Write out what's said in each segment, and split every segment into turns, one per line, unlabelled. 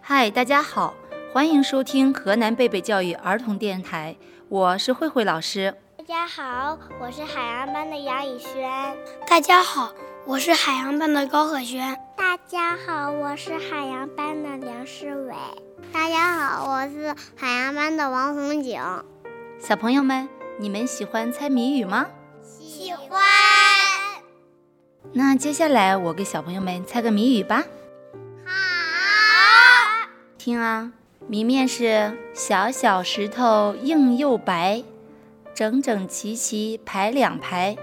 嗨，大家好，欢迎收听河南贝贝教育儿童电台，我是慧慧老师。
大家好，我是海洋班的杨以轩。
大家好，我是海洋班的高可轩。
大家好，我是海洋班的梁诗伟。大家好，我是海洋班的王红景。
小朋友们，你们喜欢猜谜语吗？
喜欢。
那接下来我给小朋友们猜个谜语吧。
好。
听啊，谜面是小小石头硬又白，整整齐齐排两排，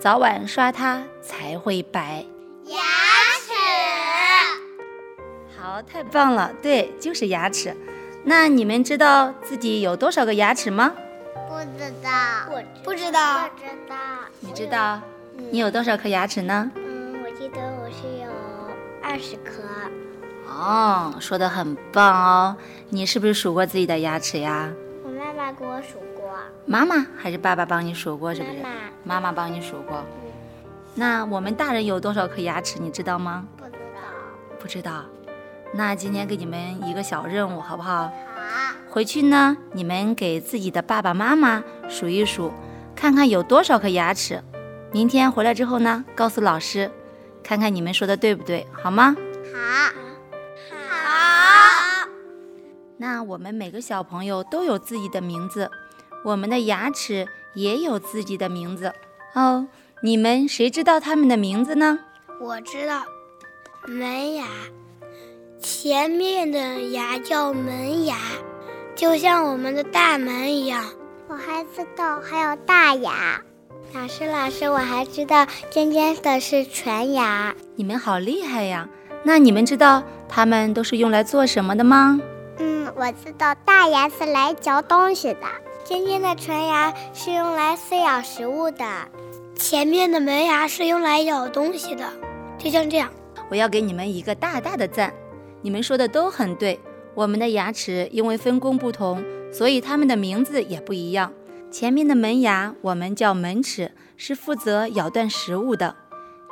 早晚刷它才会白。
牙齿。
好，太棒了，对，就是牙齿。那你们知道自己有多少个牙齿吗？
不知道。我
不知道
不知道。
你知道你有多少颗牙齿呢？
嗯，我记得我是有二十颗。
哦，说的很棒哦。你是不是数过自己的牙齿呀？
我妈妈给我数过。
妈妈还是爸爸帮你数过，是不是？
妈
妈
妈
妈帮你数过。那我们大人有多少颗牙齿，你知道吗？
不知道。
不知道。那今天给你们一个小任务，好不好？
好。
回去呢，你们给自己的爸爸妈妈数一数，看看有多少颗牙齿。明天回来之后呢，告诉老师，看看你们说的对不对，好吗？
好。好。
那我们每个小朋友都有自己的名字，我们的牙齿也有自己的名字哦。你们谁知道他们的名字呢？
我知道，门牙，前面的牙叫门牙，就像我们的大门一样。
我还知道还有大牙。老师，老师，我还知道尖尖的是全牙，
你们好厉害呀！那你们知道他们都是用来做什么的吗？
嗯，我知道大牙是来嚼东西的，尖尖的全牙是用来撕咬食物的。
前面的门牙是用来咬东西的，就像这样。
我要给你们一个大大的赞，你们说的都很对。我们的牙齿因为分工不同，所以它们的名字也不一样。前面的门牙我们叫门齿，是负责咬断食物的；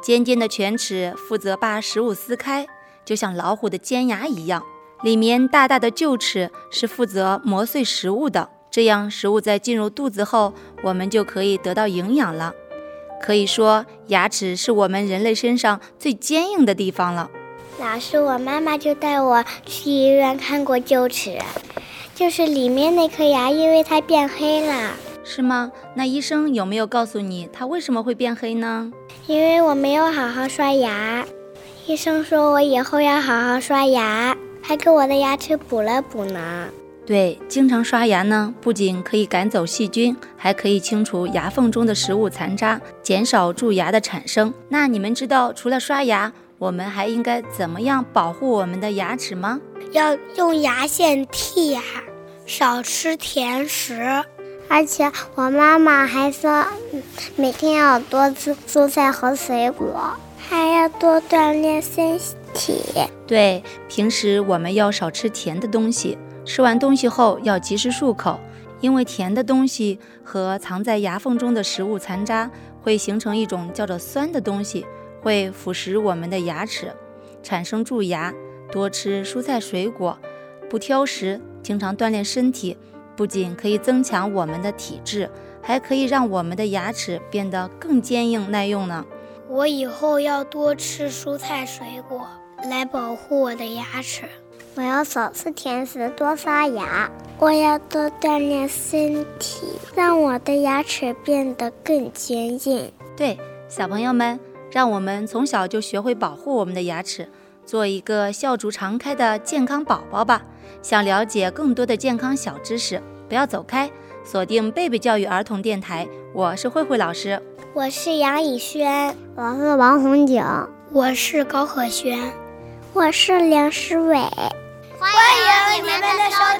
尖尖的犬齿负责把食物撕开，就像老虎的尖牙一样。里面大大的臼齿是负责磨碎食物的，这样食物在进入肚子后，我们就可以得到营养了。可以说，牙齿是我们人类身上最坚硬的地方了。
老师，我妈妈就带我去医院看过臼齿，就是里面那颗牙，因为它变黑了，
是吗？那医生有没有告诉你它为什么会变黑呢？
因为我没有好好刷牙。医生说我以后要好好刷牙，还给我的牙齿补了补呢。
对，经常刷牙呢，不仅可以赶走细菌，还可以清除牙缝中的食物残渣，减少蛀牙的产生。那你们知道除了刷牙，我们还应该怎么样保护我们的牙齿吗？
要用牙线剔牙，少吃甜食。
而且我妈妈还说，嗯每天要多吃蔬菜和水果，还要多锻炼身体。
对，平时我们要少吃甜的东西，吃完东西后要及时漱口，因为甜的东西和藏在牙缝中的食物残渣会形成一种叫做酸的东西，会腐蚀我们的牙齿，产生蛀牙。多吃蔬菜水果，不挑食，经常锻炼身体，不仅可以增强我们的体质，还可以让我们的牙齿变得更坚硬耐用呢。
我以后要多吃蔬菜水果，来保护我的牙齿。
我要少吃甜食，多刷牙。我要多锻炼身体，让我的牙齿变得更坚硬。
对，小朋友们，让我们从小就学会保护我们的牙齿，做一个笑逐常开的健康宝宝吧。想了解更多的健康小知识，不要走开，锁定贝贝教育儿童电台，我是慧慧老师，
我是杨以轩，我是王红景，
我是高可轩。
我是梁诗伟。欢迎你们的收听。哦